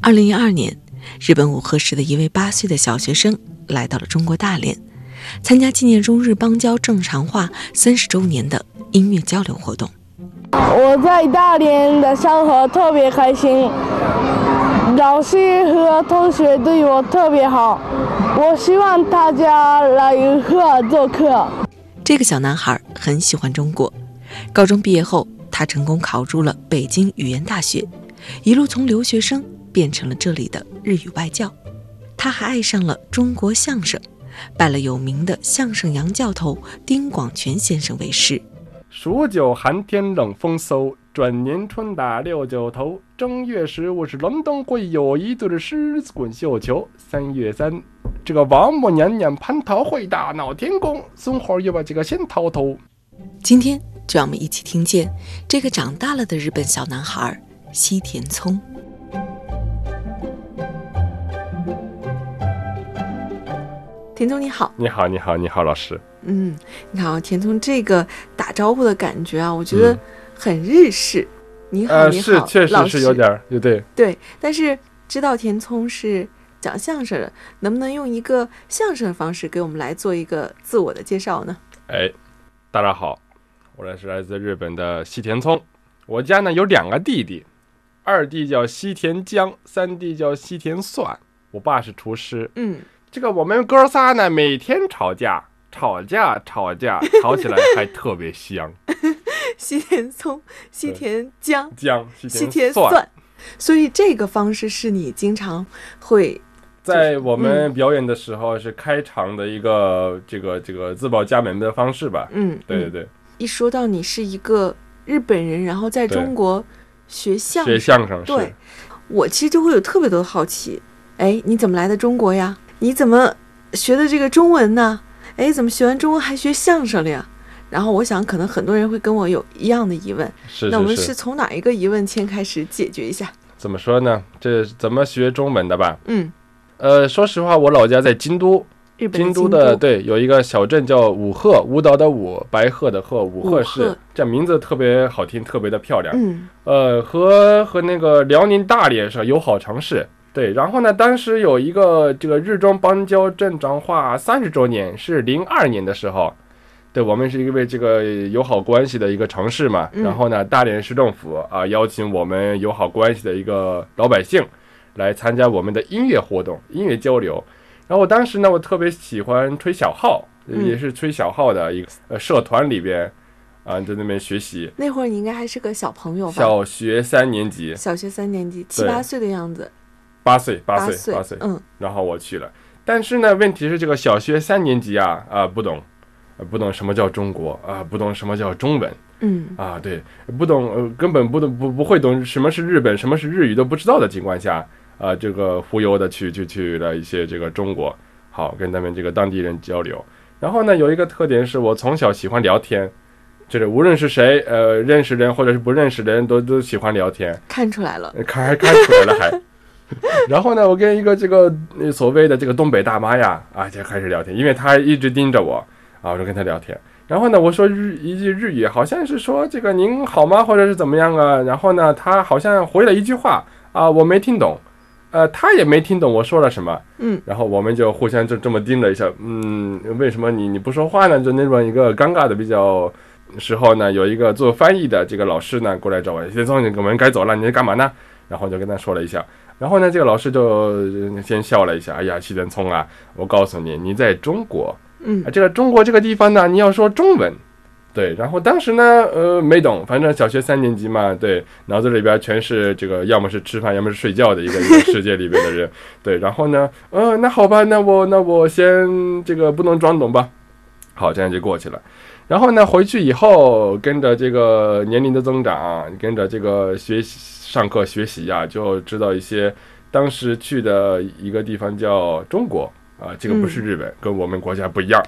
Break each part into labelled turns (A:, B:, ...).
A: 二零一二年，日本五河市的一位八岁的小学生来到了中国大连，参加纪念中日邦交正常化三十周年的音乐交流活动。
B: 我在大连的生活特别开心，老师和同学对我特别好，我希望大家来合做客。
A: 这个小男孩很喜欢中国，高中毕业后，他成功考入了北京语言大学，一路从留学生。变成了这里的日语外教，他还爱上了中国相声，拜了有名的相声洋教头丁广泉先生为师。
C: 数九寒天冷风嗖，转年春打六九头。正月十五是隆冬会，有一对的狮子滚绣球。三月三，这个王母娘娘蟠桃会大闹天宫，松花又把这个仙桃头。
A: 今天就让我们一起听见这个长大了的日本小男孩西田聪。田总你好，
C: 你好，你好，你好，老师。
D: 嗯，你看啊，田总这个打招呼的感觉啊，我觉
A: 嗯
D: 得很日式。嗯、你好，
C: 呃、
D: 你好，
C: 是确实是有点儿，对对
D: 对。但是知道田聪是讲相声的，能不能用一个相声的方式给我们来做一个自我的介绍呢？
C: 哎，大家好，我呢是来自日本的西田聪，我家呢有两个弟弟，二弟叫西田江，三弟叫西田蒜。我爸是厨师，
D: 嗯。
C: 这个我们哥仨呢，每天吵架，吵架，吵架， 吵起来还特别香。
D: 西甜葱，西甜姜，
C: 姜，
D: 西
C: 甜，
D: 蒜。所以这个方式是你经常会、就是
C: 在我们表演的时候是开场的一个这个、嗯、这个自报家门的方式吧。
D: 嗯，
C: 对对对。
D: 一说到你是一个日本人，然后在中国学相
C: 学相声，
D: 对我其实就会有特别多的好奇。哎，你怎么来的中国呀？你怎么学的这个中文呢？哎，怎么学完中文还学相声了呀？然后我想，可能很多人会跟我有一样的疑问。
C: 是,是,是，
D: 那我们是从哪一个疑问先开始解决一下？
C: 怎么说呢？这怎么学中文的吧？
D: 嗯，
C: 呃，说实话，我老家在京都，
D: 日本京
C: 都的对，有一个小镇叫五鹤，舞蹈的舞，白鹤的鹤，五鹤市，这名字特别好听，特别的漂亮。
D: 嗯，
C: 呃，和和那个辽宁大连是友好城市。对，然后呢？当时有一个这个日中邦交正常化三十周年，是零二年的时候，对我们是因为这个友好关系的一个城市嘛。然后呢，大连市政府啊邀请我们友好关系的一个老百姓来参加我们的音乐活动、音乐交流。然后当时呢，我特别喜欢吹小号，也是吹小号的一个呃社团里边。啊，在那边学习。
D: 那会儿你应该还是个小朋友吧？
C: 小学三年级。
D: 小学三年级，七八岁的样子。
C: 八岁，八
D: 岁，
C: 八岁，
D: 嗯，
C: 然后我去了，但是呢，问题是这个小学三年级啊，啊、呃，不懂，不懂什么叫中国啊、呃，不懂什么叫中文，
D: 嗯，
C: 啊，对，不懂，呃、根本不懂，不不会懂什么是日本，什么是日语都不知道的情况下，啊，这个忽悠的去去去了一些这个中国，好跟他们这个当地人交流，然后呢，有一个特点是我从小喜欢聊天。就是无论是谁，呃，认识人或者是不认识人都都喜欢聊天，
D: 看出来了，
C: 看还看出来了还。 然后呢，我跟一个这个呃所谓的这个东北大妈呀，啊，就开始聊天，因为她一直盯着我，啊，我就跟她聊天。然后呢，我说日一句日语，好像是说这个您好吗，或者是怎么样啊？然后呢，她好像回了一句话啊，我没听懂，呃，她也没听懂我说了什么，
D: 嗯。
C: 然后我们就互相就这么盯了一下，嗯，为什么你你不说话呢？就那种一个尴尬的比较时候呢，有一个做翻译的这个老师呢过来找我，先生，我们该走了，你在干嘛呢？然后就跟他说了一下。然后呢，这个老师就先笑了一下。哎呀，西田聪啊，我告诉你，你在中国，
D: 嗯，
C: 啊这个中国这个地方呢，你要说中文，对。然后当时呢，呃，没懂，反正小学三年级嘛，对，脑子里边全是这个，要么是吃饭，要么是睡觉的一个一个世界里边的人，对。然后呢，嗯、呃，那好吧，那我那我先这个不能装懂吧，好，这样就过去了。然后呢，回去以后跟着这个年龄的增长，跟着这个学习上课学习呀、啊，就知道一些当时去的一个地方叫中国啊、这个不是日本，跟我们国家不一样。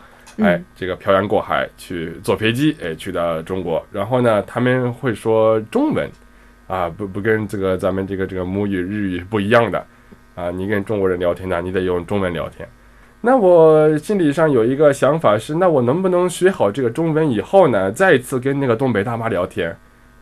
A: 嗯
D: 嗯
C: 哎，这个漂洋过海去坐飞机，哎，去到中国，然后呢，他们会说中文，啊，不不跟这个咱们这个这个母语日语是不一样的，啊，你跟中国人聊天呢、你得用中文聊天。那我心理上有一个想法是，那我能不能学好这个中文以后呢，再一次跟那个东北大妈聊天？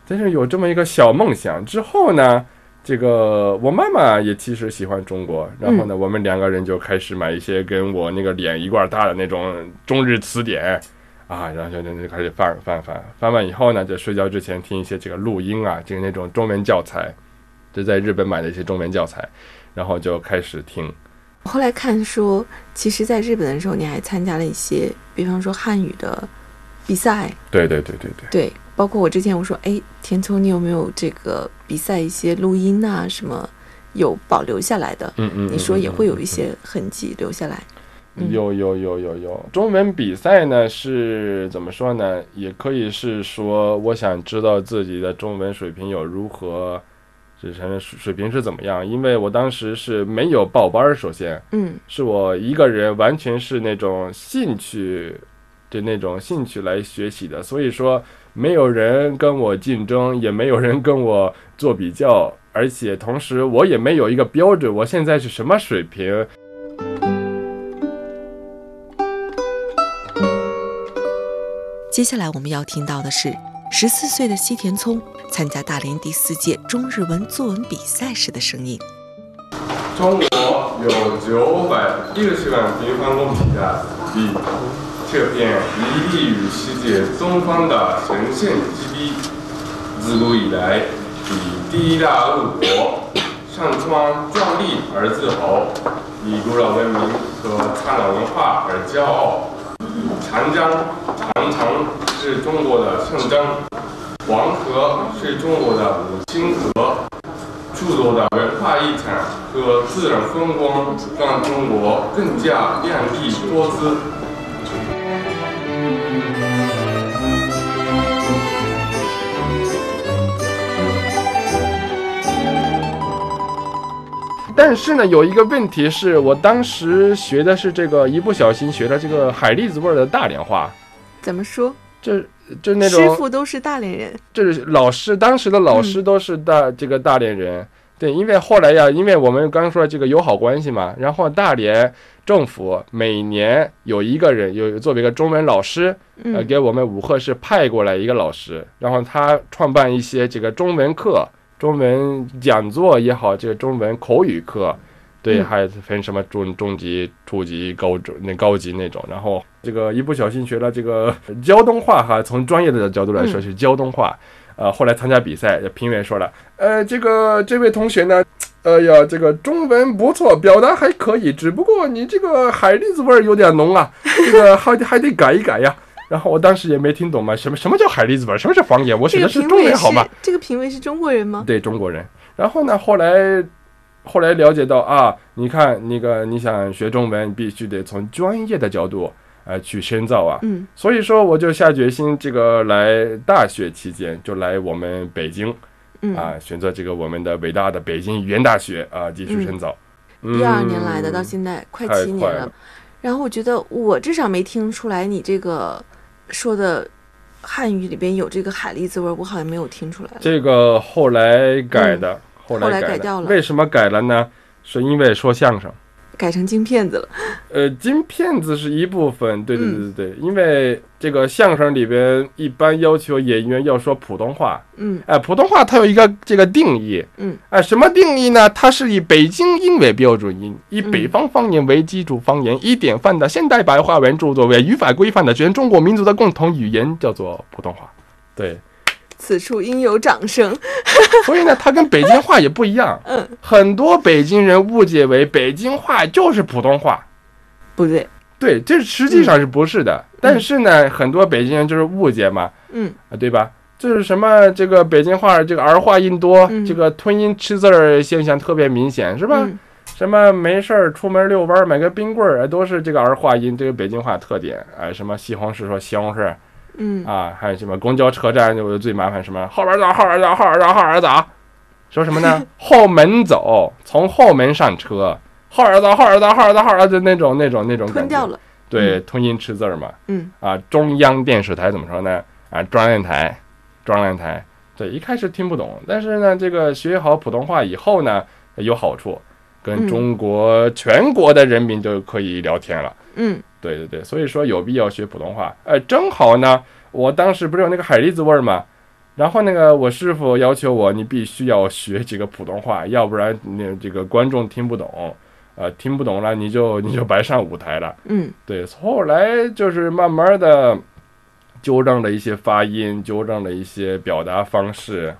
C: 但是有这么一个小梦想之后呢，这个我妈妈也其实喜欢中国，然后呢，我们两个人就开始买一些跟我那个脸一块儿大的那种中日词典。啊，然后就就就开始翻翻翻翻完以后呢，就睡觉之前听一些这个录音啊，就是那种中文教材，就在日本买的一些中文教材，然后就开始听。
D: 我后来看说，其实在日本的时候，你还参加了一些，比方说汉语的比赛，
C: 对对对对对，
D: 对，包括我之前我说，哎，田聪，你有没有这个比赛一些录音啊什么有保留下来的？
C: 嗯嗯，
D: 你说也
C: 嗯
D: 会有
C: 嗯
D: 一些痕迹留下来。嗯
C: 有有有有有，中文比赛呢
D: 嗯
C: 是怎么说呢？也可以是说，我想知道自己的中文水平有如何，就是水平是怎么样。因为我当时是没有报班儿，首先
D: 嗯
C: 是我一个人，完全是那种兴趣的那种兴趣来学习的，所以说没有人跟我竞争，也没有人跟我做比较，而且同时我也没有一个标准，我现在是什么水平，
A: 接下来我们要听到的是十四岁的西田聪参加大连第四届中日文作文比赛时的声音。
C: 中国有九百六十万平方公里的地，这片一地与世界东方的神圣之地。自古以来，以第一大陆国上川壮丽而自豪，以古老文明和灿烂文化而骄傲。长江、长城是中国的象征，黄河是中国的母亲河。著作的文化遗产和自然风光，让中国更加亮丽多姿。但是呢，有一个问题是我当时学的是这个，一不小心学了这个海蛎子味儿的大连话，
D: 怎么说？
C: 这就那种
D: 师傅都是大连人，
C: 就是老师，当时的老师都是大、这个大连人，对，因为后来呀，因为我们刚说这个友好关系嘛，然后大连政府每年有一个人有作为一个中文老师，呃，
D: 嗯
C: 给我们武赫市派过来一个老师，然后他创办一些这个中文课、中文讲座也好，这个中文口语课，对，
D: 嗯
C: 还分什么中中级、初级、高中那高级那种。然后这个一不小心学了这个胶东话哈，从专业的角度来说
D: 嗯
C: 是胶东话。呃，后来参加比赛，评委说了，呃，这个这位同学呢，哎呀，这个中文不错，表达还可以，只不过你这个海蛎子味儿有点浓啊，这个还得还得改一改呀。然后我当时也没听懂嘛，什么什么叫海蛎子味儿，什么是方言？我
D: 这
C: 学的
D: 个
C: 是
D: 评
C: 中
D: 委
C: 文好吗？
D: 这个评委是中国人吗？
C: 对中国人。然后呢，后来后来了解到啊，你看那个你想学中文，必须得从专业的角度呃去深造啊。
D: 嗯，
C: 所以说，我就下决心，这个来大学期间就来我们北京
D: 嗯，
C: 啊，选择这个我们的伟大的北京语言大学啊，继续深造。
D: 一二年来的，到
C: 嗯
D: 现在快
C: 太
D: 七年
C: 快
D: 了
C: 了。
D: 然后我觉得我至少没听出来你这个说的汉语里边有这个海蛎子味儿，我好像没有听出来。
C: 这个后来改的，后
D: 嗯后来
C: 来
D: 改
C: 改的
D: 掉了
C: 为什么改了呢？是因为说相声。
D: 改成京片子了。
C: 呃，金片子是一部分，对对对
D: 嗯
C: 对对，因为这个相声里边一般要求演员要说普通话，
D: 嗯
C: 哎、普通话它有一个这个定义，
D: 嗯，
C: 哎、什么定义呢？它是以北京音为标准音，以
D: 嗯
C: 北方方言为基础方言，以典范的现代白话文著作为语法规范的全中国民族的共同语言，叫做普通话。 对，
D: 此处应有掌声。
C: 所以呢，它跟北京话也不一样，
D: 嗯，
C: 很多北京人误解为北京话就是普通话，
D: 不对，
C: 对，这实际上是不是的？但是呢，很多北京人就是误解嘛，
D: 嗯
C: 啊，对吧？就是什么这个北京话这个儿化音多，
D: 嗯
C: 这个吞音吃字儿现象特别明显，是吧？
D: 嗯
C: 什么没事儿出门遛弯儿买个冰棍儿，哎都是这个儿化音，这个北京话特点。哎，什么西红柿说西红柿
D: 嗯
C: 啊，还有什么公交车站我就最麻烦什么后边儿走后边儿走后边儿走后边儿走，说什么呢？后门走，从后门上车，后儿子，后儿子，后儿子，后儿子那种那种那种
D: 吞
C: 感
D: 掉
C: 觉。
D: 了。
C: 对，吞音吃字儿嘛。
D: 嗯
C: 啊，中央电视台怎么说呢？啊，中央电台，中央电台。对，一开始听不懂，但是呢，这个学好普通话以后呢，有好处，跟
D: 嗯
C: 中国全国的人民都可以聊天了。
D: 嗯
C: 对对对，所以说有必要学普通话。呃，正好呢，我当时不是有那个海蛎子味儿嘛，然后那个我师傅要求我，你必须要学这个普通话，要不然你这个观众听不懂，呃，听不懂了你就你就白上舞台了。
D: 嗯
C: 对，后来就是慢慢的纠正了一些发音，纠正了一些表达方式。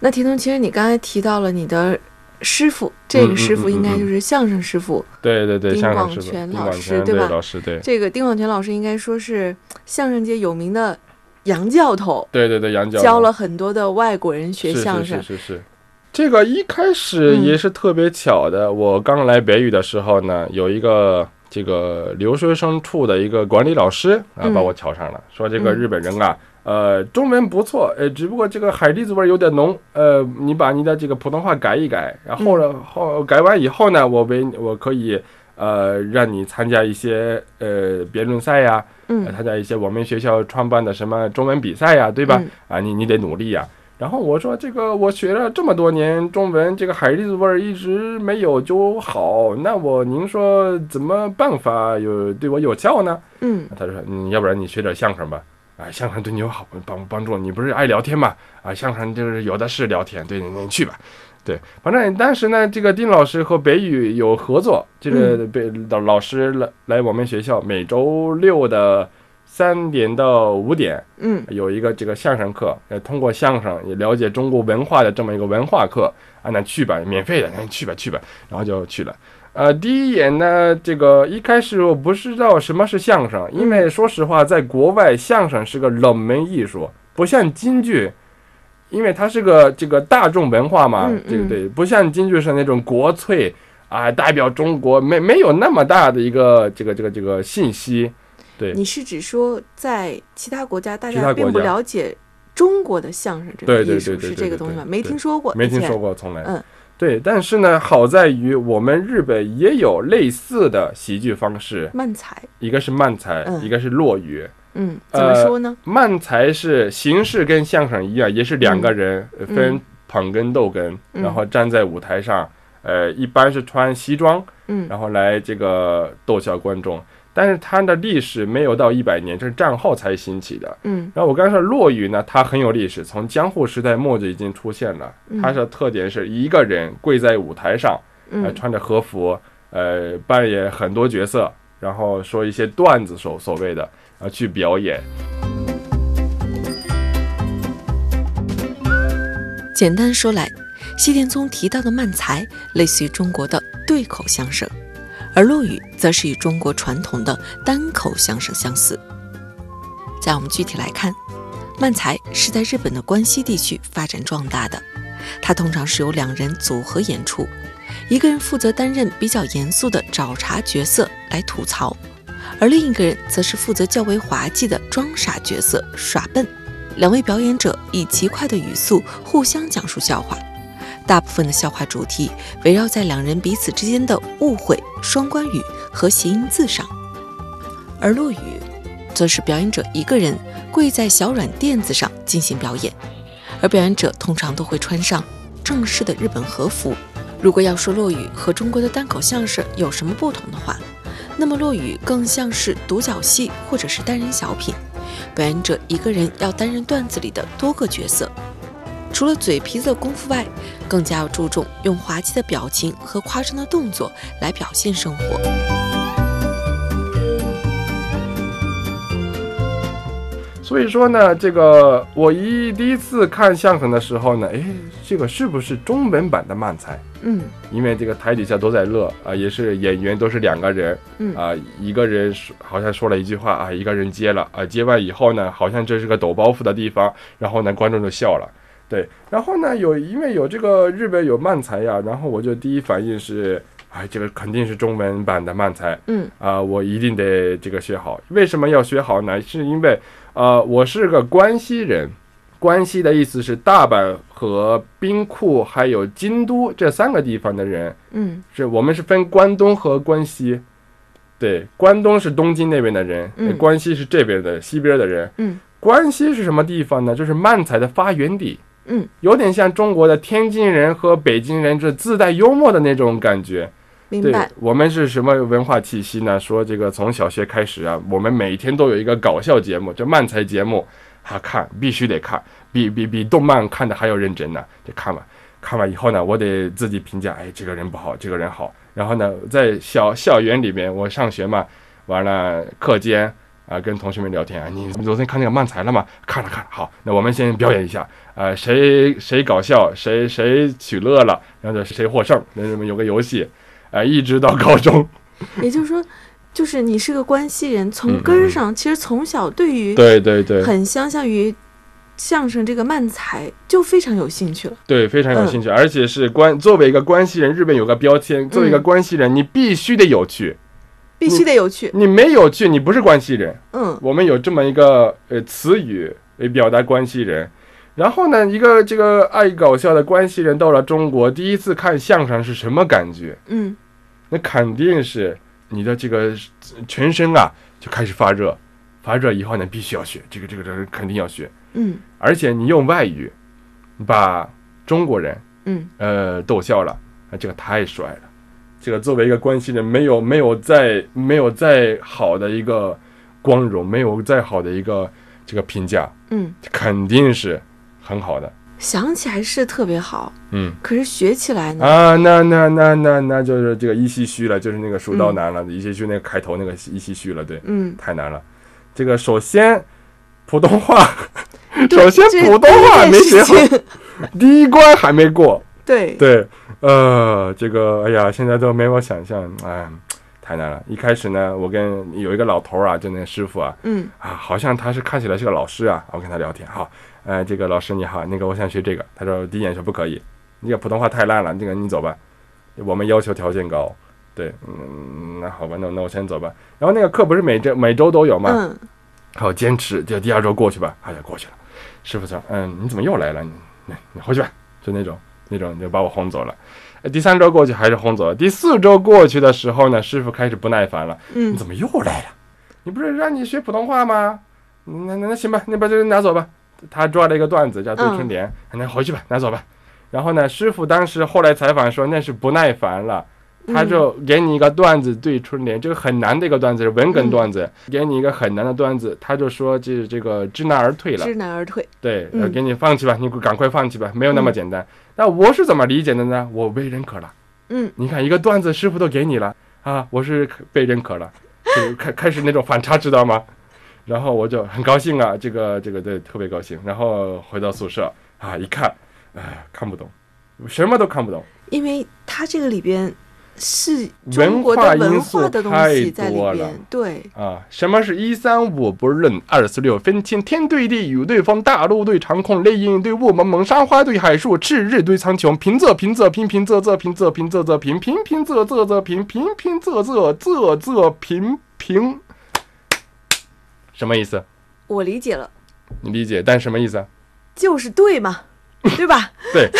D: 那田童，其实你刚才提到了你的师傅，这个师傅
C: 嗯嗯嗯
D: 应该
C: 嗯
D: 就是相声师傅。
C: 对对对，
D: 丁
C: 像
D: 广
C: 是
D: 泉
C: 丁
D: 老
C: 广
D: 师
C: 泉
D: 对
C: 对
D: 吧
C: 老师对。
D: 这个丁广泉老师应该说是相声界有名的洋教头，
C: 对对对，杨教
D: 教
C: 授
D: 了很多的外国人学相
C: 是是
D: 声。
C: 是是是。这个一开始也是特别巧的，
D: 嗯
C: 我刚来北语的时候呢，有一个这个留学生处的一个管理老师啊，
D: 嗯
C: 把我瞧上了，说这个
D: 嗯
C: 日本人啊。呃，中文不错，呃，只不过这个海蛎子味儿有点浓，呃，你把你的这个普通话改一改，然后
D: 嗯
C: 呢，后改完以后呢，我为我可以呃让你参加一些呃辩论赛呀、呃
D: 嗯
C: 参加一些我们学校创办的什么中文比赛呀、对吧？
D: 嗯
C: 啊，你你得努力呀、然后我说这个我学了这么多年中文，这个海蛎子味儿一直没有就好，那我您说怎么办法有对我有效呢？
D: 嗯
C: 他说你要不然你学点相声吧。啊，相声对你有好帮帮助，你不是爱聊天嘛？啊，相声就是有的是聊天，对你你去吧，对，反正当时呢，这个丁老师和北语有合作，这个北老老师来来我们学校，每周六的三点到五点，
D: 嗯
C: 有一个这个相声课，呃，通过相声也了解中国文化的这么一个文化课啊，那去吧，免费的，那去吧去吧，然后就去了。呃，第一眼呢，这个一开始我不知道什么是相声，因
D: 嗯
C: 为说实话，在国外相声是个冷门艺术，不像京剧，因为它是个这个大众文化嘛
D: 嗯，
C: 对不对？不像京剧是那种国粹啊，代表中国，没没有那么大的一个这个这个这个信息。对
D: 你是指说在其他国家大
C: 其他
D: 家
C: 国家
D: 并不了解中国的相声这个
C: 对对
D: 艺术
C: 对对
D: 是
C: 对
D: 这个
C: 对
D: 东西吗？
C: 对
D: 没听说过，
C: 没
D: 以
C: 听
D: 前
C: 说。过，从来。
D: 嗯
C: 对，但是呢，好在于我们日本也有类似的喜剧方式，
D: 慢才，
C: 一个是慢才，
D: 嗯
C: 一个是落语。
D: 嗯，怎么
C: 呃
D: 说呢？
C: 慢才是形式跟相声一样，也是两个人呃
D: 嗯
C: 分捧哏逗哏，
D: 嗯
C: 然后站在舞台上，呃，一般是穿西装，
D: 嗯
C: 然后来这个逗笑观众。但是它的历史没有到一百年，这是战后才兴起的。
D: 嗯
C: 然后我刚才说落语呢，它很有历史，从江户时代末就已经出现了
D: 嗯。
C: 它的特点是一个人跪在舞台上，呃，
D: 嗯
C: 穿着和服，呃，扮演很多角色，然后说一些段子所所谓的，呃，去表演。
A: 简单说来，西田聪提到的慢才类似于中国的对口相声，而落语则是与中国传统的单口相声相似。在我们具体来看，慢才是在日本的关西地区发展壮大的，它通常是由两人组合演出，一个人负责担任比较严肃的找茬角色来吐槽，而另一个人则是负责较为滑稽的装傻角色耍笨。两位表演者以极快的语速互相讲述笑话，大部分的笑话主题围绕在两人彼此之间的误会、双关语和谐音字上。而落语，则是表演者一个人跪在小软垫子上进行表演，而表演者通常都会穿上正式的日本和服。如果要说落语和中国的单口相声有什么不同的话，那么落语更像是独角戏或者是单人小品。表演者一个人要担任段子里的多个角色。除了嘴皮子的功夫外，更加要注重用滑稽的表情和夸张的动作来表现生活。
C: 所以说呢，这个我一第一次看相声的时候呢，诶，这个是不是中文版的慢才？
D: 嗯
C: 因为这个台底下都在乐啊、也是演员都是两个人，
D: 嗯
C: 啊、一个人说好像说了一句话啊，一个人接了啊、接完以后呢，好像这是个抖包袱的地方，然后呢，观众就笑了，对，然后呢，有因为有这个日本有漫才呀，然后我就第一反应是，哎，这个肯定是中文版的漫才，
D: 嗯
C: 啊、我一定得这个学好。为什么要学好呢？是因为呃，我是个关西人，关西的意思是大阪和兵库还有京都这三个地方的人，
D: 嗯
C: 是我们是分关东和关西。对，关东是东京那边的人，
D: 嗯
C: 关西是这边的西边的人。
D: 嗯
C: 关西是什么地方呢？就是漫才的发源地。
D: 嗯，
C: 有点像中国的天津人和北京人这自带幽默的那种感觉。
D: 明
C: 对
D: 白，，
C: 我们是什么文化气息呢？说这个从小学开始啊，我们每天都有一个搞笑节目，这漫才节目，啊看必须得看，比比比动漫看的还要认真呢。这看完，看完以后呢，我得自己评价，哎，这个人不好，这个人好。然后呢，在小校园里面，我上学嘛，完了课间啊，跟同学们聊天啊，你昨天看那个漫才了吗？看了看了，好，那我们先表演一下，呃，谁谁搞笑，谁谁取乐了，然后就谁获胜，那什么有个游戏。哎，一直到高中。
D: 也就是说，就是你是个关西人，
C: 嗯
D: 从
C: 嗯
D: 根儿上，其实从小对 于
C: 对对对
D: 很相像于相声这个慢才就非常有兴趣了。
C: 对，非常有兴趣，而且是关作为一个关西人，日本有个标签，作为一个关西人，你必须得有趣，
D: 必
C: 嗯
D: 须得有趣，
C: 你没有趣，你不是关西人。
D: 嗯，
C: 我们有这么一个呃词语来表达关西人。然后呢，一个这个爱搞笑的关西人到了中国，第一次看相声是什么感觉？
D: 嗯，
C: 那肯定是你的这个全身啊就开始发热，发热以后呢，必须要学，这个这个这个肯定要学。
D: 嗯
C: 而且你用外语把中国人
D: 嗯
C: 呃逗笑了，啊，这个太帅了。这个作为一个关西人，没有没有再没有再好的一个光荣，没有再好的一个这个评价，
D: 嗯，
C: 肯定是很好的。
D: 想起来是特别好，
C: 嗯
D: 可是学起来呢，
C: 啊，那那那那那就是这个一唏嘘了，就是那个蜀道难了，一唏嘘那个开头那个一唏嘘了，对，
D: 嗯，
C: 太难了。这个首先普通话，首
D: 对
C: 先
D: 这
C: 普通话
D: 这
C: 没
D: 件
C: 学
D: 事
C: 好，
D: 情
C: 第一关还没过。
D: 对，
C: 对，呃，这个，哎呀，现在都没我想象，哎，太难了。一开始呢，我跟有一个老头儿啊，就那师傅啊，
D: 嗯
C: 啊，好像他是看起来是个老师啊，我跟他聊天，好，呃，这个老师你好，那个我想学这个，他说第一眼说不可以，你这个普通话太烂了，这个你走吧，我们要求条件高。对，嗯，那好吧，那那我先走吧。然后那个课不是每周每周都有吗？
D: 嗯，
C: 好，坚持，就第二周过去吧。哎呀，过去了。师傅说：“嗯，你怎么又来了？你你你回去吧。”就那种那种就把我轰走了。哎第三周过去还是轰走了。第四周过去的时候呢，师傅开始不耐烦了：“
D: 嗯
C: 你怎么又来了？你不是让你学普通话吗？那那那行吧，你把这个拿走吧。”他抓了一个段子叫对春联，那、回去吧，拿走吧。然后呢，师傅当时后来采访说那是不耐烦了。他就给你一个段子对春联，这个很难的一个段子，是文哏段子，给你一个很难的段子，他就说这这个知难而退了，
D: 知难而退，
C: 对，
D: 嗯
C: 呃给你放弃吧，你赶快放弃吧，没有那么简单。那我是怎么理解的呢？我被认可了，
D: 嗯，
C: 你看一个段子师傅都给你了啊，我是被认可了，就开开始那种反差，知道吗？然后我就很高兴啊，这个这个对，特别高兴。然后回到宿舍啊，一看，哎，看不懂，什么都看不懂。
D: 因为它这个里边是
C: 文
D: 中国
C: 化
D: 的文
C: 因素
D: 化的东
C: 太
D: 西在里
C: 多了
D: 边，对，
C: 啊，什么是一三五不论，二四六分清，天对地，雨对风，大陆对长空，雷影对雾蒙蒙，山花对海树，赤日对苍穹，平仄平仄平平仄仄平仄平仄仄平平平仄仄仄平平平仄仄仄仄平平，什么意思？
D: 我理解了，
C: 你理解，但什么意思啊？
D: 就是对嘛，对吧？
C: 对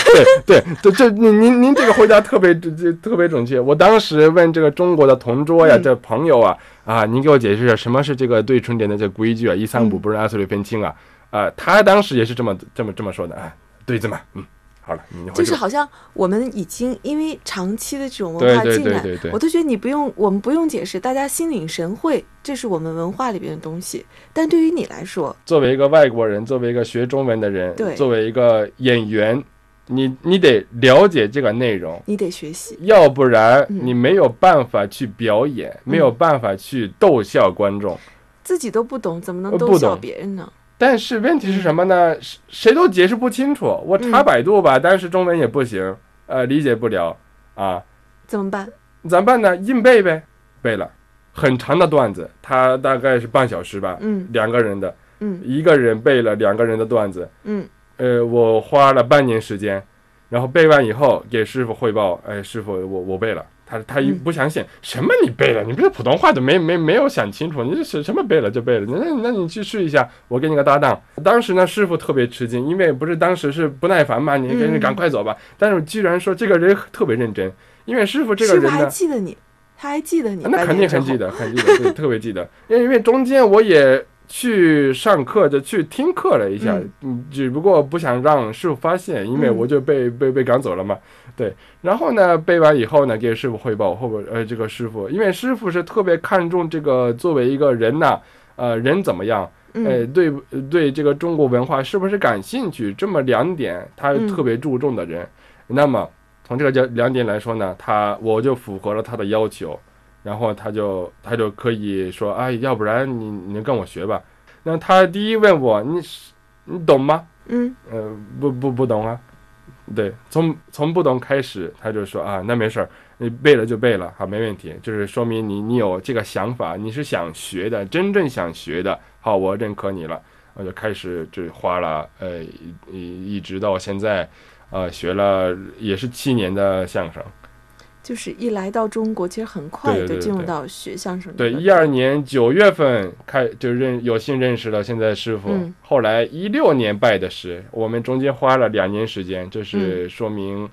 C: 对对，这这您您您这个回答特别这这特别准确。我当时问这个中国的同桌呀，
D: 嗯
C: 这朋友啊啊，您给我解释一下什么是这个对春联的这规矩啊？一
D: 嗯
C: 三五不是二四六分清啊？啊，他当时也是这么这么这么说的啊，对子嘛，嗯，好了，你回
D: 就
C: 去
D: 是
C: 吧。
D: 好像我们已经因为长期的这种文化
C: 对对
D: 浸染，
C: 对对对
D: 我都觉得你不用，我们不用解释，大家心领神会，这是我们文化里边的东西。但对于你来说，
C: 作为一个外国人，作为一个学中文的人
D: 对，
C: 作为一个演员，你你得了解这个内容。
D: 你得学习，
C: 要不然
D: 嗯
C: 你没有办法去表演，没有办法去逗笑观众。
D: 自己都不懂，怎么能
C: 呃
D: 都
C: 不
D: 笑
C: 懂
D: 别人呢？
C: 但是问题是什么呢？谁谁都解释不清楚。我查
D: 嗯
C: 百度吧，但是中文也不行，呃，理解不了啊，
D: 怎么办？
C: 咋办呢？硬背呗，背了，很长的段子，它大概是半小时吧，
D: 嗯
C: 两个人的，
D: 嗯
C: 一个人背了两个人的段子，
D: 嗯
C: 呃，我花了半年时间，然后背完以后给师傅汇报，哎，师傅，我我背了，他他
D: 嗯
C: 一不相信、什么你背了，你不是普通话都没没没有想清楚，你这什什么背了就背了，那那你去试一下，我给你个搭档。当时呢，师傅特别吃惊，因为不是当时是不耐烦嘛，你
D: 嗯
C: 赶紧赶快走吧。但是居然说这个人特别认真，因为师傅这个
D: 师
C: 人
D: 傅
C: 呢，
D: 还记得你，他还记得你，
C: 啊那
D: 半
C: 肯定
D: 年之
C: 很记
D: 后
C: 得，很记得，对，特别记得。因为因为中间我也去上课，就去听课了一下，嗯，只不过不想让师傅发现，因为
D: 嗯
C: 我就被、被被赶走了嘛。对，然后呢，背完以后呢，给师傅汇报，后边呃，这个师傅，因为师傅是特别看重这个作为一个人呐、呃，人怎么样，呃，
D: 嗯
C: 对对，这个中国文化是不是感兴趣？这么两点，他
D: 嗯
C: 特别注重的人。那么从这个角两点来说呢，他我就符合了他的要求，然后他就他就可以说，哎，要不然你你跟我学吧。那他第一问我，你是你懂吗？
D: 嗯，
C: 呃，不不不懂啊。对，从从不懂开始，他就说啊，那没事儿，你背了就背了，好，没问题，就是说明你你有这个想法，你是想学的，真正想学的，好，我认可你了，我就开始就花了呃一一一直到现在，呃，学了也是七年的相声，
D: 就是一来到中国，其实很快
C: 对对
D: 就
C: 对
D: 进入
C: 对
D: 到学相声
C: 对，
D: 这个
C: 一二年九月份开就认有幸认识了现在师傅，
D: 嗯
C: 后来一六年拜的师，我们中间花了两年时间，
D: 嗯
C: 就是说明，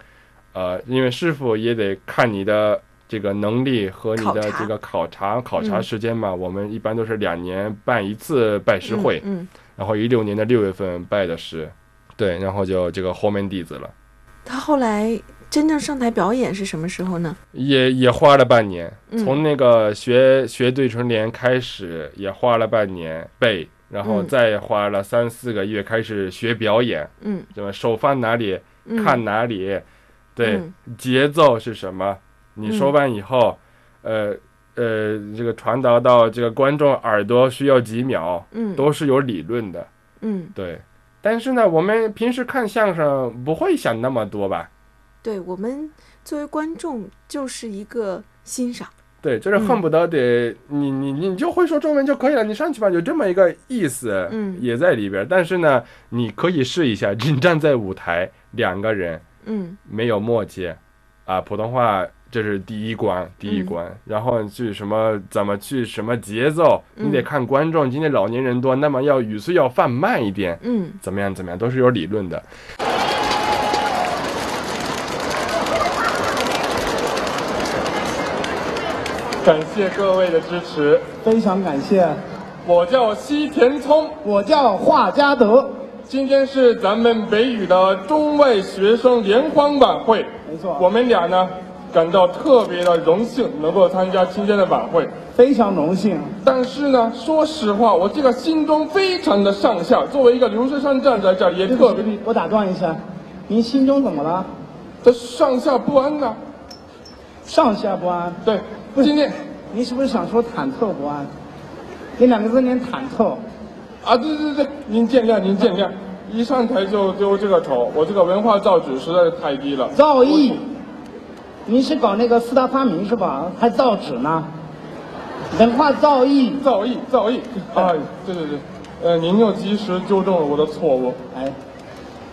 C: 呃，因为师傅也得看你的这个能力和你
D: 考
C: 的
D: 察
C: 这个考察考察
D: 嗯
C: 时间嘛，我们一般都是两年办一次拜师会，
D: 嗯，嗯
C: 然后一六年的六月份拜的师，对，然后就这个后门弟子了，
D: 他后来真正上台表演是什么时候呢？
C: 也也花了半年，
D: 嗯
C: 从那个学学对唇联开始，也花了半年背，然后
D: 嗯
C: 再花了三四个月开始学表演，
D: 嗯，
C: 什么手放哪里，
D: 嗯
C: 看哪里，对，
D: 嗯
C: 节奏是什么？你说完以后，呃呃，这个传达到这个观众耳朵需要几秒，
D: 嗯
C: 都是有理论的，
D: 嗯，
C: 对。但是呢，我们平时看相声不会想那么多吧？
D: 对我们作为观众就是一个欣赏，
C: 对，就是恨不得得、你你你就会说中文就可以了，你上去吧，有这么一个意思，
D: 嗯
C: 也在里边儿。但是呢，你可以试一下，你站在舞台，两个人
D: 嗯
C: 没有默契，啊，普通话这是第一关，
D: 嗯
C: 第一关，然后去什么怎么去什么节奏，你得
D: 嗯
C: 看观众，今天老年人多，那么要语速要放慢一点，
D: 嗯，
C: 怎么样怎么样，都是有理论的。感谢各位的支持，
E: 非常感谢。
C: 我叫西田聪，
E: 我叫华家德，
C: 今天是咱们北语的中外学生联欢晚会。
E: 没错
C: 我们俩呢感到特别的荣幸，能够参加今天的晚会。
E: 非常荣幸。
C: 但是呢，说实话，我这个心中非常的上下。作为一个留学生站在这儿，也
E: 对不
C: 特
E: 起，
C: 别
E: 对不起，我打断一下，您心中怎么了？
C: 的上下不安呐、
E: 上下不安。
C: 对，
E: 不是
C: 今天
E: 您是不是想说忐忑不安？这两个字念忐忑。
C: 啊，对对对，您见谅，您见谅。一上台就丢这个丑，我这个文化造诣实在是太低了。
E: 造诣，您是搞那个四大发明是吧？还造纸呢？文化造诣，
C: 造诣，造 诣，哎，对对对，呃，您又及时纠正了我的错误。
E: 哎，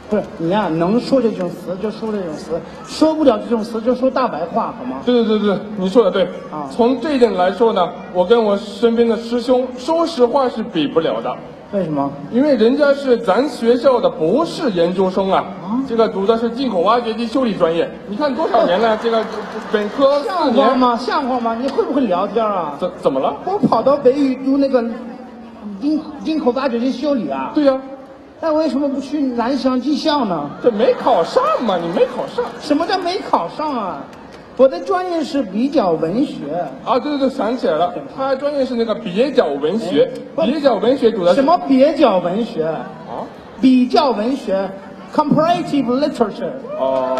E: 不是你呀、能说这种词就说这种词，说不了这种词就说大白话好吗？
C: 对对对对，你说的对。
E: 啊
C: 从这一点来说呢，我跟我身边的师兄，说实话是比不了的，
E: 为什么？
C: 因为人家是咱学校的博士研究生啊，
E: 啊
C: 这个读的是进口挖掘机修理专业。你看多少年了，这个本科四
E: 像话
C: 年，
E: 吗？像话吗？你会不会聊天啊？
C: 怎怎么了？
E: 我跑到北语读那个进进口挖掘机修理啊，
C: 对呀、
E: 那为什么不去南翔技校呢？
C: 这没考上嘛，你没考上
E: 什么叫没考上啊？我的专业是比较文学，
C: 啊？对对对，想起来了，他专业是那个蹩脚文学，
E: 哎
C: 蹩脚文学读的是
E: 什么蹩脚文学，
C: 啊？
E: 比较文学，comparative literature。
C: 哦，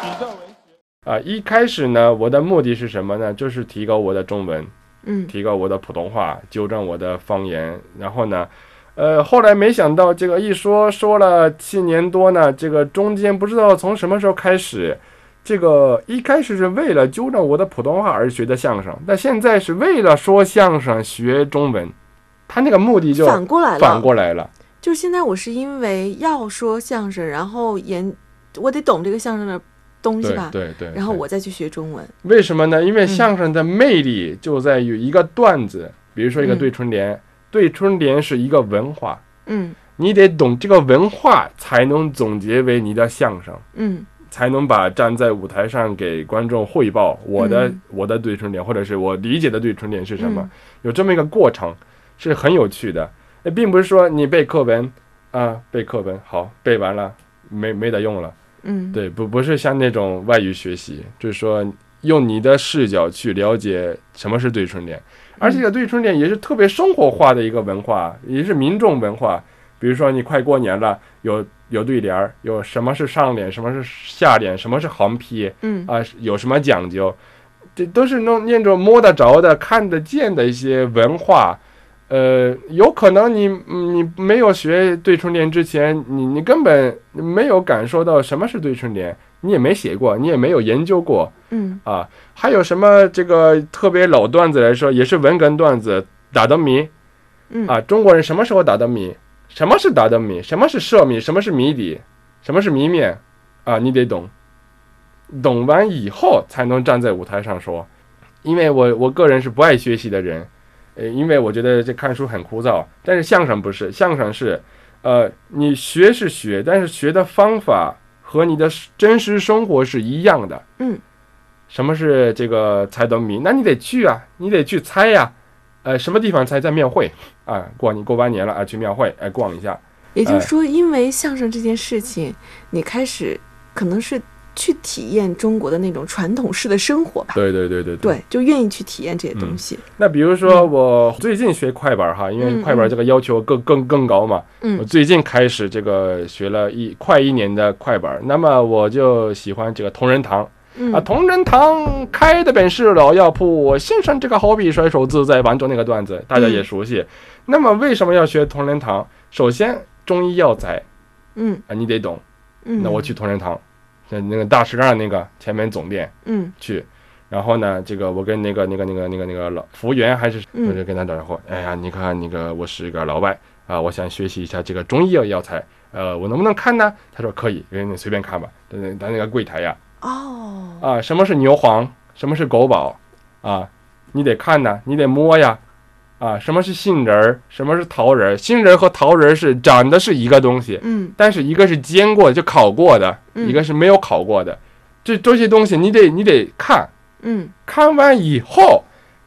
C: 比较文学啊。一开始呢，我的目的是什么呢？就是提高我的中文，
D: 嗯
C: 提高我的普通话，纠正我的方言。然后呢，呃，后来没想到这个一说说了七年多呢，这个中间不知道从什么时候开始。这个一开始是为了纠正我的普通话而学的相声，但现在是为了说相声学中文，他那个目的就
D: 反过来了
C: 反过来了。
D: 就是现在我是因为要说相声，然后研我得懂这个相声的东西
C: 对
D: 吧，
C: 对对。
D: 然后
C: 对
D: 我再去学中文。
C: 为什么呢？因
D: 嗯
C: 为相声的魅力就在于一个段子，比如说一个对春联，对春联是一个文化，
D: 嗯
C: 你得懂这个文化，才能总结为你的相声，
D: 嗯
C: 才能把站在舞台上给观众汇报我的、
D: 嗯
C: 我的对春联，或者是我理解的对春联是什么，
D: 嗯
C: 有这么一个过程，是很有趣的。也并不是说你背课文啊，背课文好背完了，没没得用了。
D: 嗯，
C: 对，不不是像那种外语学习，就是说用你的视角去了解什么是对春联，而且这个对春联也是特别生活化的一个文化，也是民众文化。比如说你快过年了，有有对联儿，有什么是上联，什么是下联，什么是横批
D: 嗯
C: 啊、有什么讲究，这都是那种那种摸得着的、看得见的一些文化。呃，有可能你你没有学对春联之前，你你根本没有感受到什么是对春联，你也没写过，你也没有研究过
D: 嗯
C: 啊。还有什么这个特别老段子来说，也是文哏段子，打灯谜
D: 嗯
C: 啊。中国人什么时候打灯谜？什么是打灯谜？什么是射谜？什么是谜底？什么是谜面？啊，你得懂，懂完以后才能站在舞台上说。因为我我个人是不爱学习的人，呃，因为我觉得这看书很枯燥。但是相声不是，相声是，呃，你学是学，但是学的方法和你的真实生活是一样的。
D: 嗯，
C: 什么是这个猜灯谜？那你得去啊，你得去猜呀、呃，什么地方猜？在庙会啊，过你过完年了啊，去庙会哎逛一下。
D: 也就
C: 哎
D: 是说，因为相声这件事情，你开始可能是去体验中国的那种传统式的生活吧。
C: 对对对对
D: 对，就愿意去体验这些东西。
C: 那比如说我最近学快板儿哈，因为快板儿这个要求更更更高嘛。
D: 嗯
C: 我最近开始这个学了一快一年的快板儿，那么我就喜欢这个同仁堂
D: 嗯
C: 啊，同仁堂开的本是老药铺，我先生这个好比甩手自在兰州那个段子大家也熟
D: 嗯
C: 悉。那么为什么要学同仁堂？首先中医药材
D: 嗯
C: 啊，你得懂。
D: 嗯，
C: 那我去同仁堂，那那个大石栏那个前面总店。
D: 嗯
C: 去。然后呢，这个我跟那个那个那个那个那个老服务员还是，
D: 嗯
C: 我就跟他打招呼，哎呀，你看那个我是一个老外啊、我想学习一下这个中医药药材，呃，我能不能看呢？他说可以，给你随便看吧。他那他那个柜台呀，
D: 哦
C: 啊，什么是牛黄，什么是狗宝，啊，你得看呐，你得摸呀，啊，什么是杏仁儿，什么是桃仁儿，杏仁儿和桃仁儿是长得是一个东西，
D: 嗯
C: 但是一个是煎过的，就烤过的，
D: 嗯
C: 一个是没有烤过的，这这些东西你得你得看。
D: 嗯，
C: 看完以后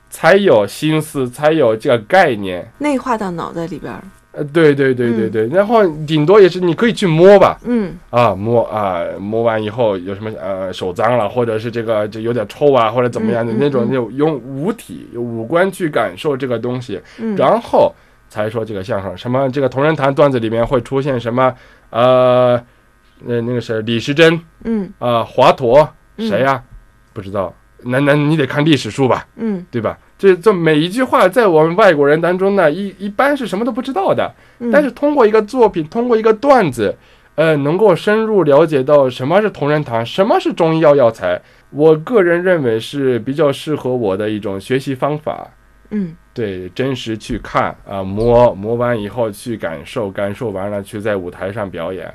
C: 才有心思，才有这个概念。
D: 内化到脑袋里边儿。
C: 呃，对对对对对，然后顶多也是你可以去摸吧，
D: 嗯
C: 啊摸啊摸完以后有什么呃手脏了，或者是这个就有点臭啊，或者怎么样的、
D: 嗯嗯
C: 那种，
D: 嗯
C: 就用五体用五官去感受这个东西，
D: 嗯，
C: 然后才说这个相声。什么这个同仁堂段子里面会出现什么呃那那个是李时珍
D: 嗯
C: 啊、华佗
D: 嗯
C: 谁呀、不知道，那那你得看历史书吧。
D: 嗯
C: 对吧？这这每一句话在我们外国人当中呢，一一般是什么都不知道的，
D: 嗯，
C: 但是通过一个作品，通过一个段子，呃，能够深入了解到什么是同仁堂，什么是中医药药材。我个人认为是比较适合我的一种学习方法。
D: 嗯
C: 对，真实去看啊、摸摸完以后去感受，感受完了去在舞台上表演。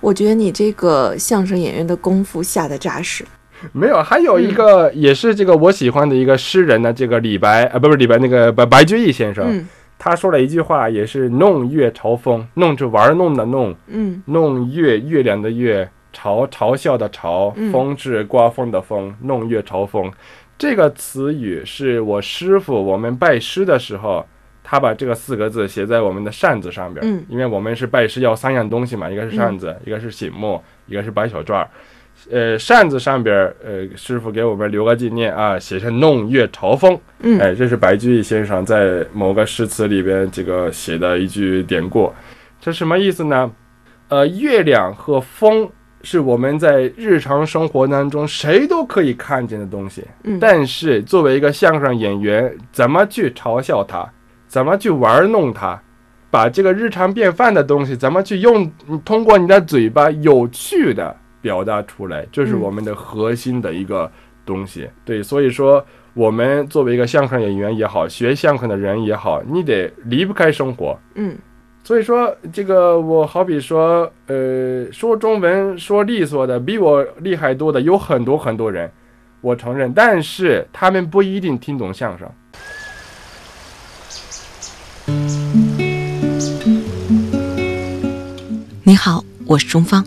D: 我觉得你这个相声演员的功夫下的扎实。
C: 没有，还有一个也是这个我喜欢的一个诗人呢，这个李白啊，不是李白，那个白白居易先生。
D: 嗯
C: 他说了一句话，也是弄月嘲风，弄着玩弄的弄，
D: 嗯
C: 弄月月亮的月，嘲嘲笑的嘲
D: 嗯，
C: 风是刮风的风，弄月嘲风。这个词语是我师傅，我们拜师的时候，他把这个四个字写在我们的扇子上边。
D: 嗯
C: 因为我们是拜师要三样东西嘛，一个是扇子，一个是醒木，一个是白小篆儿。呃，扇子上边儿，呃，师傅给我们留个纪念啊，写上“弄月嘲风”。
D: 嗯
C: 哎，这是白居易先生在某个诗词里边这个写的一句典故，这什么意思呢？呃，月亮和风是我们在日常生活当中谁都可以看见的东西，
D: 嗯
C: 但是作为一个相声演员，怎么去嘲笑它，怎么去玩弄它，把这个日常便饭的东西，怎么去用通过你的嘴巴有趣的表达出来，这是
D: 嗯
C: 我们的核心的一个东西。对，所以说我们作为一个相声演员也好，学相声的人也好，你得离不开生活。
D: 嗯
C: 所以说，这个我好比说，呃，说中文说利索的，比我厉害多的有很多很多人，我承认，但是他们不一定听懂相声。
A: 你好，我是钟芳。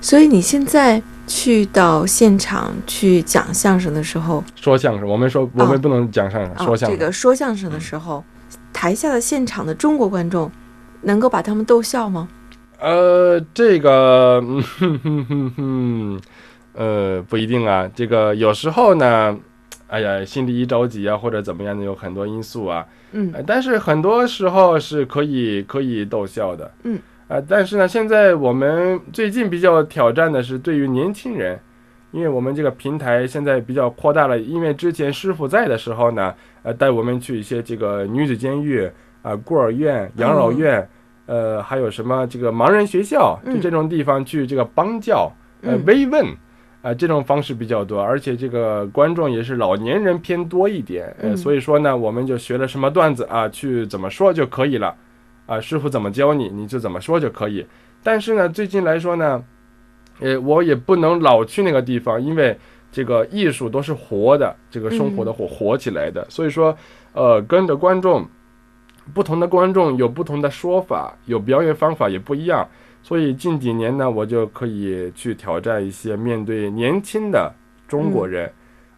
D: 所以你现在去到现场去讲相声的时候，
C: 说相声，我们说我们不能讲相声，
D: 啊
C: 说，相
D: 这
C: 声。嗯
D: 个说相声的时候，台下的现场的中国观众，能够把他们逗笑吗？
C: 呃，这个，嗯哼哼哼哼，呃，不一定啊。这个有时候呢，哎呀，心里一着急啊，或者怎么样的，有很多因素啊。
D: 嗯
C: 呃但是很多时候是可以可以逗笑的。
D: 嗯。
C: 啊，但是呢，现在我们最近比较挑战的是对于年轻人，因为我们这个平台现在比较扩大了。因为之前师傅在的时候呢，呃，带我们去一些这个女子监狱啊、孤儿院、养
D: 哦
C: 老院，呃，还有什么这个盲人学校，就
D: 嗯
C: 这种地方去这个帮教、呃
D: 嗯
C: 慰问。啊，这种方式比较多，而且这个观众也是老年人偏多一点，呃，
D: 嗯
C: 所以说呢，我们就学了什么段子啊，去怎么说就可以了，啊，师傅怎么教你，你就怎么说就可以。但是呢，最近来说呢，呃，我也不能老去那个地方，因为这个艺术都是活的，这个生
D: 嗯
C: 活的活活起来的，所以说，呃，跟着观众，不同的观众有不同的说法，有表演方法也不一样。所以近几年呢，我就可以去挑战一些面对年轻的中国
D: 嗯
C: 人，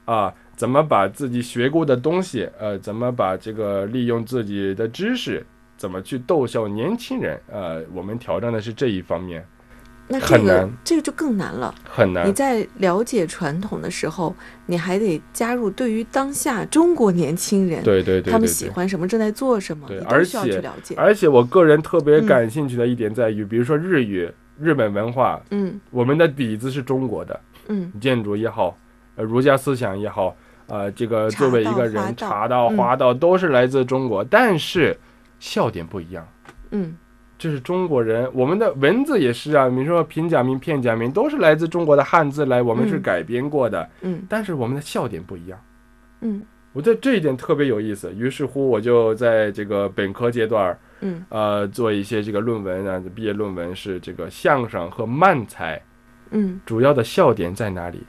C: 啊，怎么把自己学过的东西，呃，怎么把这个利用自己的知识，怎么去逗笑年轻人，呃，我们挑战的是这一方面，
D: 那这
C: 很
D: 个
C: 难
D: 这个就更难了。
C: 很
D: 你
C: 难。
D: 在了解传统的时候，你还得加入对于当下中国年轻人，
C: 对对对对对。
D: 他们喜欢什么，正在做什么，
C: 对
D: 你都
C: 而
D: 需要去
C: 且
D: 了解。
C: 而且我个人特别
D: 嗯
C: 感兴趣的一点在于，比如说日语、日本文化，
D: 嗯
C: 我们的底子是中国的，
D: 嗯
C: 建筑也好，呃，儒家思想也好，呃，这个作为一个人，
D: 茶
C: 茶道、
D: 道花道嗯
C: 花道都是来自中国，但是笑点不一样。
D: 嗯
C: 这是中国人，我们的文字也是啊。你说平假名、片假名都是来自中国的汉字来，我们是
D: 嗯
C: 改编过的，
D: 嗯
C: 但是我们的笑点不一样。
D: 嗯
C: 我对这一点特别有意思，于是乎我就在这个本科阶段，
D: 嗯
C: 呃，做一些这个论文啊，毕业论文是这个相声和慢才
D: 嗯
C: 主要的笑点在哪里？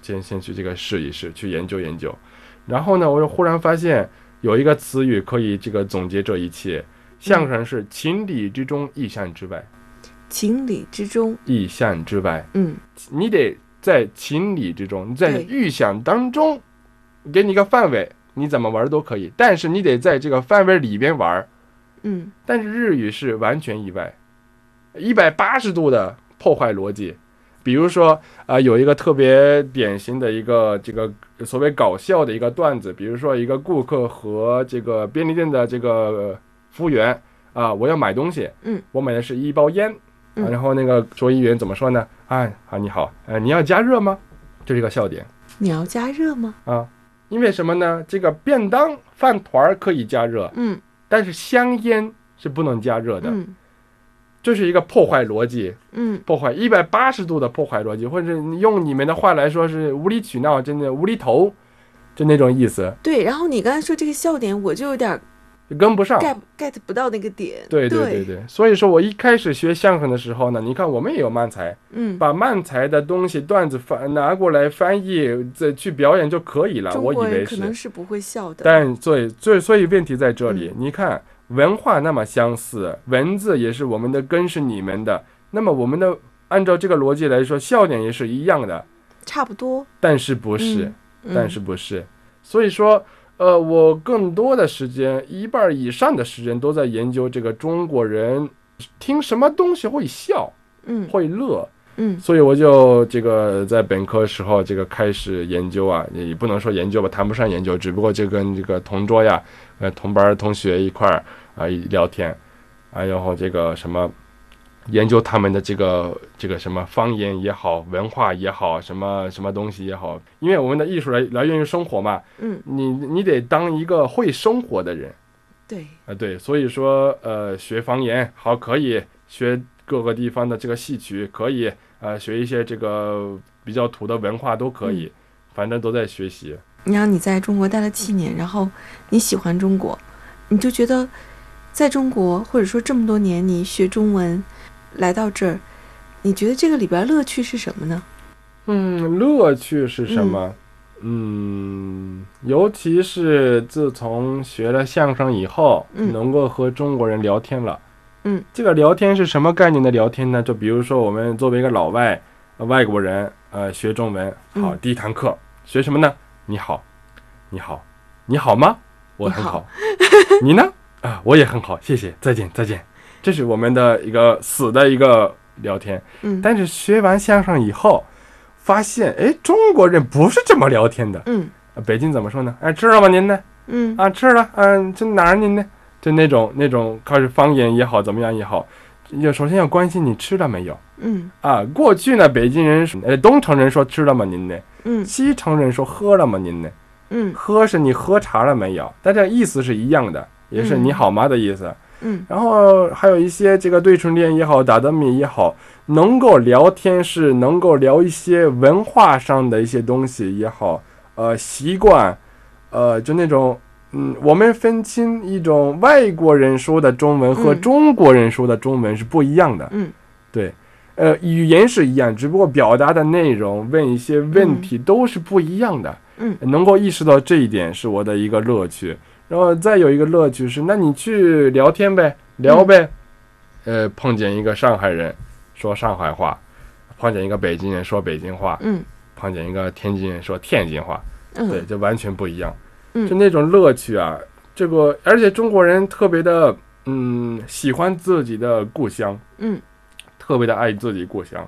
C: 先先去这个试一试，去研究研究。然后呢，我又忽然发现有一个词语可以这个总结这一切，相声是情理之中，意善之外，
D: 情理之中，
C: 意善之外，
D: 嗯
C: 你得在情理之中，你在
D: 对
C: 预想当中，给你一个范围，你怎么玩都可以，但是你得在这个范围里边玩儿。
D: 嗯
C: 但是日语是完全意外，一百八十度的破坏逻辑。比如说，啊、有一个特别典型的一个这个所谓搞笑的一个段子，比如说一个顾客和这个便利店的这个服务员啊、我要买东西，
D: 嗯，
C: 我买的是一包烟，啊
D: 嗯
C: 然后那个收银员怎么说呢？哎，啊，你好，呃，你要加热吗？这是一个笑点
D: 你要加热吗？
C: 啊，因为什么呢？这个便当饭团儿可以加热，
D: 嗯
C: 但是香烟是不能加热的。
D: 嗯
C: 这是一个破坏逻辑，
D: 嗯
C: 破坏一百八十度的破坏逻辑，或者是你用你们的话来说是无理取闹，真的无厘头，就那种意思，
D: 对。然后你刚才说这个笑点，我就有点
C: 就跟不上。
D: get get 不到那个点。
C: 啊对
D: 对
C: 对对，所以说我一开始学相声的时候呢，你看我们也有慢才，
D: 嗯，
C: 把慢才的东西段子翻拿过来翻译，再去表演就可以了。
D: 中
C: 啊我以
D: 国
C: 为
D: 人可
C: 是，
D: 能是不会笑的。嗯
C: 但最最所以问题在这里，你看文化那么相似，文字也是我们的根是你们的，那么我们的按照这个逻辑来说，笑点也是一样的，
D: 差不多。
C: 但是不是，
D: 嗯
C: 但是不是，所以说。呃，我更多的时间，一半儿以上的时间都在研究这个中国人听什么东西会笑，
D: 嗯
C: 会乐。
D: 嗯
C: 所以我就这个在本科时候这个开始研究啊，也也不能说研究吧，谈不上研究，只不过就跟这个同桌呀，呃，同班儿同学一块儿啊、一聊天，啊，然后这个什么。研究他们的这个这个什么方言也好，文化也好，什么什么东西也好，因为我们的艺术来来源于生活嘛，
D: 嗯，
C: 你你得当一个会生活的人，
D: 对，
C: 啊，对，所以说，呃，学方言好可以，学各个地方的这个戏曲可以，呃，学一些这个比较土的文化都可以，反正都在学习。
D: 你让你在中国待了七年，然后你喜欢中国，你就觉得在中国或者说这么多年你学中文来到这儿，你觉得这个里边乐趣是什么呢？
C: 嗯，乐趣是什么？嗯，尤其是自从学了相声以后，
D: 嗯
C: 能够和中国人聊天了。
D: 嗯，
C: 这个聊天是什么概念的聊天呢？就比如说我们作为一个老外、呃外国人，呃，学中文，好，
D: 嗯
C: 第一堂课学什么呢？你好，你好，你好吗？我
D: 你
C: 很
D: 好
C: 好， 你呢？啊，我也很好，谢谢，再见，再见。这是我们的一个死的一个聊天。
D: 嗯
C: 但是学完相声以后，发现哎，中国人不是这么聊天的。
D: 嗯
C: 呃北京怎么说呢？哎，吃了吗？您呢？
D: 嗯
C: 啊，吃了。嗯、这哪儿您呢？就那种那种，开始方言也好，怎么样也好，要首先要关心你吃了没有
D: 嗯
C: 啊。过去呢，北京人呃，东城人说吃了吗？您呢？
D: 嗯
C: 西城人说喝了吗？您呢？
D: 嗯
C: 喝是你喝茶了没有？但这意思是一样的，也是
D: 嗯
C: 你好吗的意思。
D: 嗯
C: 然后还有一些这个对唇恋也好，打灯谜也好，能够聊天是能够聊一些文化上的一些东西也好，呃，习惯，呃，就那种，嗯，我们分清一种外国人说的中文和
D: 嗯
C: 中国人说的中文是不一样的，
D: 嗯
C: 对，呃，语言是一样，只不过表达的内容、问一些问题都是不一样的。
D: 嗯，
C: 能够意识到这一点是我的一个乐趣。然后再有一个乐趣是，那你去聊天呗，
D: 嗯
C: 聊呗。呃，碰见一个上海人说上海话，碰见一个北京人说北京话，
D: 嗯
C: 碰见一个天津人说天津话，对，
D: 嗯
C: 就完全不一样。
D: 嗯
C: 就那种乐趣啊，这个而且中国人特别的，嗯，喜欢自己的故乡，
D: 嗯，
C: 特别的爱自己故乡。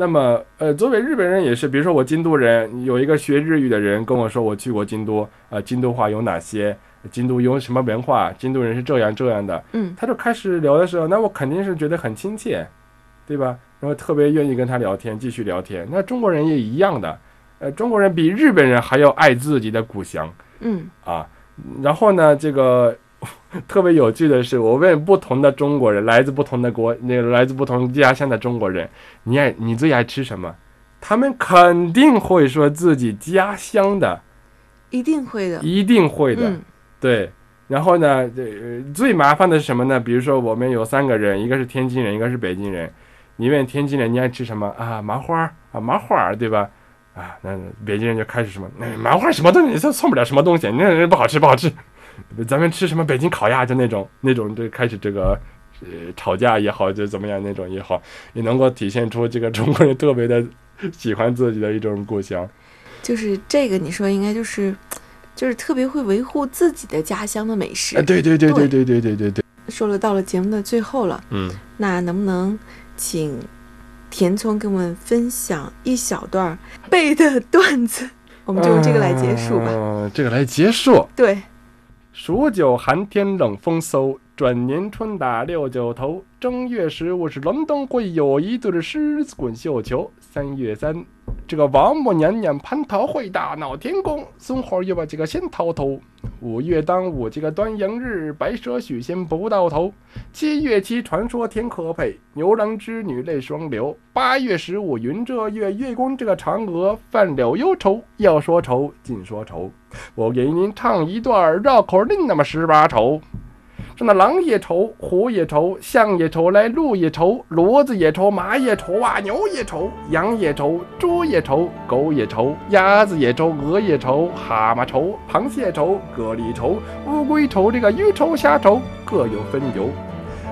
C: 那么，呃，作为日本人也是，比如说我京都人，有一个学日语的人跟我说，我去过京都，呃，京都话有哪些？京都有什么文化？京都人是这样这样的，
D: 嗯
C: 他就开始聊的时候，那我肯定是觉得很亲切，对吧？然后特别愿意跟他聊天，继续聊天。那中国人也一样的，呃，中国人比日本人还要爱自己的故乡
D: 嗯
C: 啊。然后呢，这个 特别有趣的是，我问不同的中国人，来自不同的国，那个来自不同家乡的中国人，你爱你最爱吃什么？他们肯定会说自己家乡的，
D: 一定会的，
C: 一定会的。
D: 嗯
C: 对，然后呢，这呃最麻烦的是什么呢？比如说我们有三个人，一个是天津人，一个是北京人。你问天津人你爱吃什么啊？麻花儿啊，麻花儿对吧？啊，那北京人就开始什么，那、哎麻花儿什么东西，这送不了什么东西，那那不好吃，不好吃。 咱们吃什么北京烤鸭，就那种那种，就开始这个。呃，吵架也好，就怎么样那种也好，也能够体现出这个中国人特别的喜欢自己的一种故乡。
D: 就是这个你说应该就是就是特别会维护自己的家乡的美食
C: 哎，。对对对对对对对对对，
D: 说了到了节目的最后了。
C: 嗯。
D: 那能不能请田聪给我们分享一小段儿背的段子？我们就用这个来结束吧。
C: 嗯，这个来结束。
D: 对，
C: 数九寒天冷风嗖，转年春打六九头。正月十五是隆冬会，有一对儿狮子滚绣球。三月三，这个王母娘娘蟠桃会大闹天宫，松花又把这个仙桃头。五月端午这个端阳日，白蛇许仙不到头。七月七传说天可配，牛郎织女泪双流。八月十五云遮月，月宫这个嫦娥犯了忧愁，要说愁尽说愁。我给您唱一段儿绕口令，那么十八愁。说那狼也愁，虎也愁，象也愁，来鹿也愁，骡子也愁，马也愁啊，牛也愁，羊也愁，猪也愁，狗也愁，鸭子也愁，鹅也愁，蛤蟆愁，螃蟹愁，蛤蜊愁，乌龟愁，这个鱼愁，虾愁，各有分忧。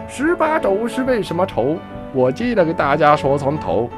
C: 十八愁是为什么愁？我接着给大家说从头。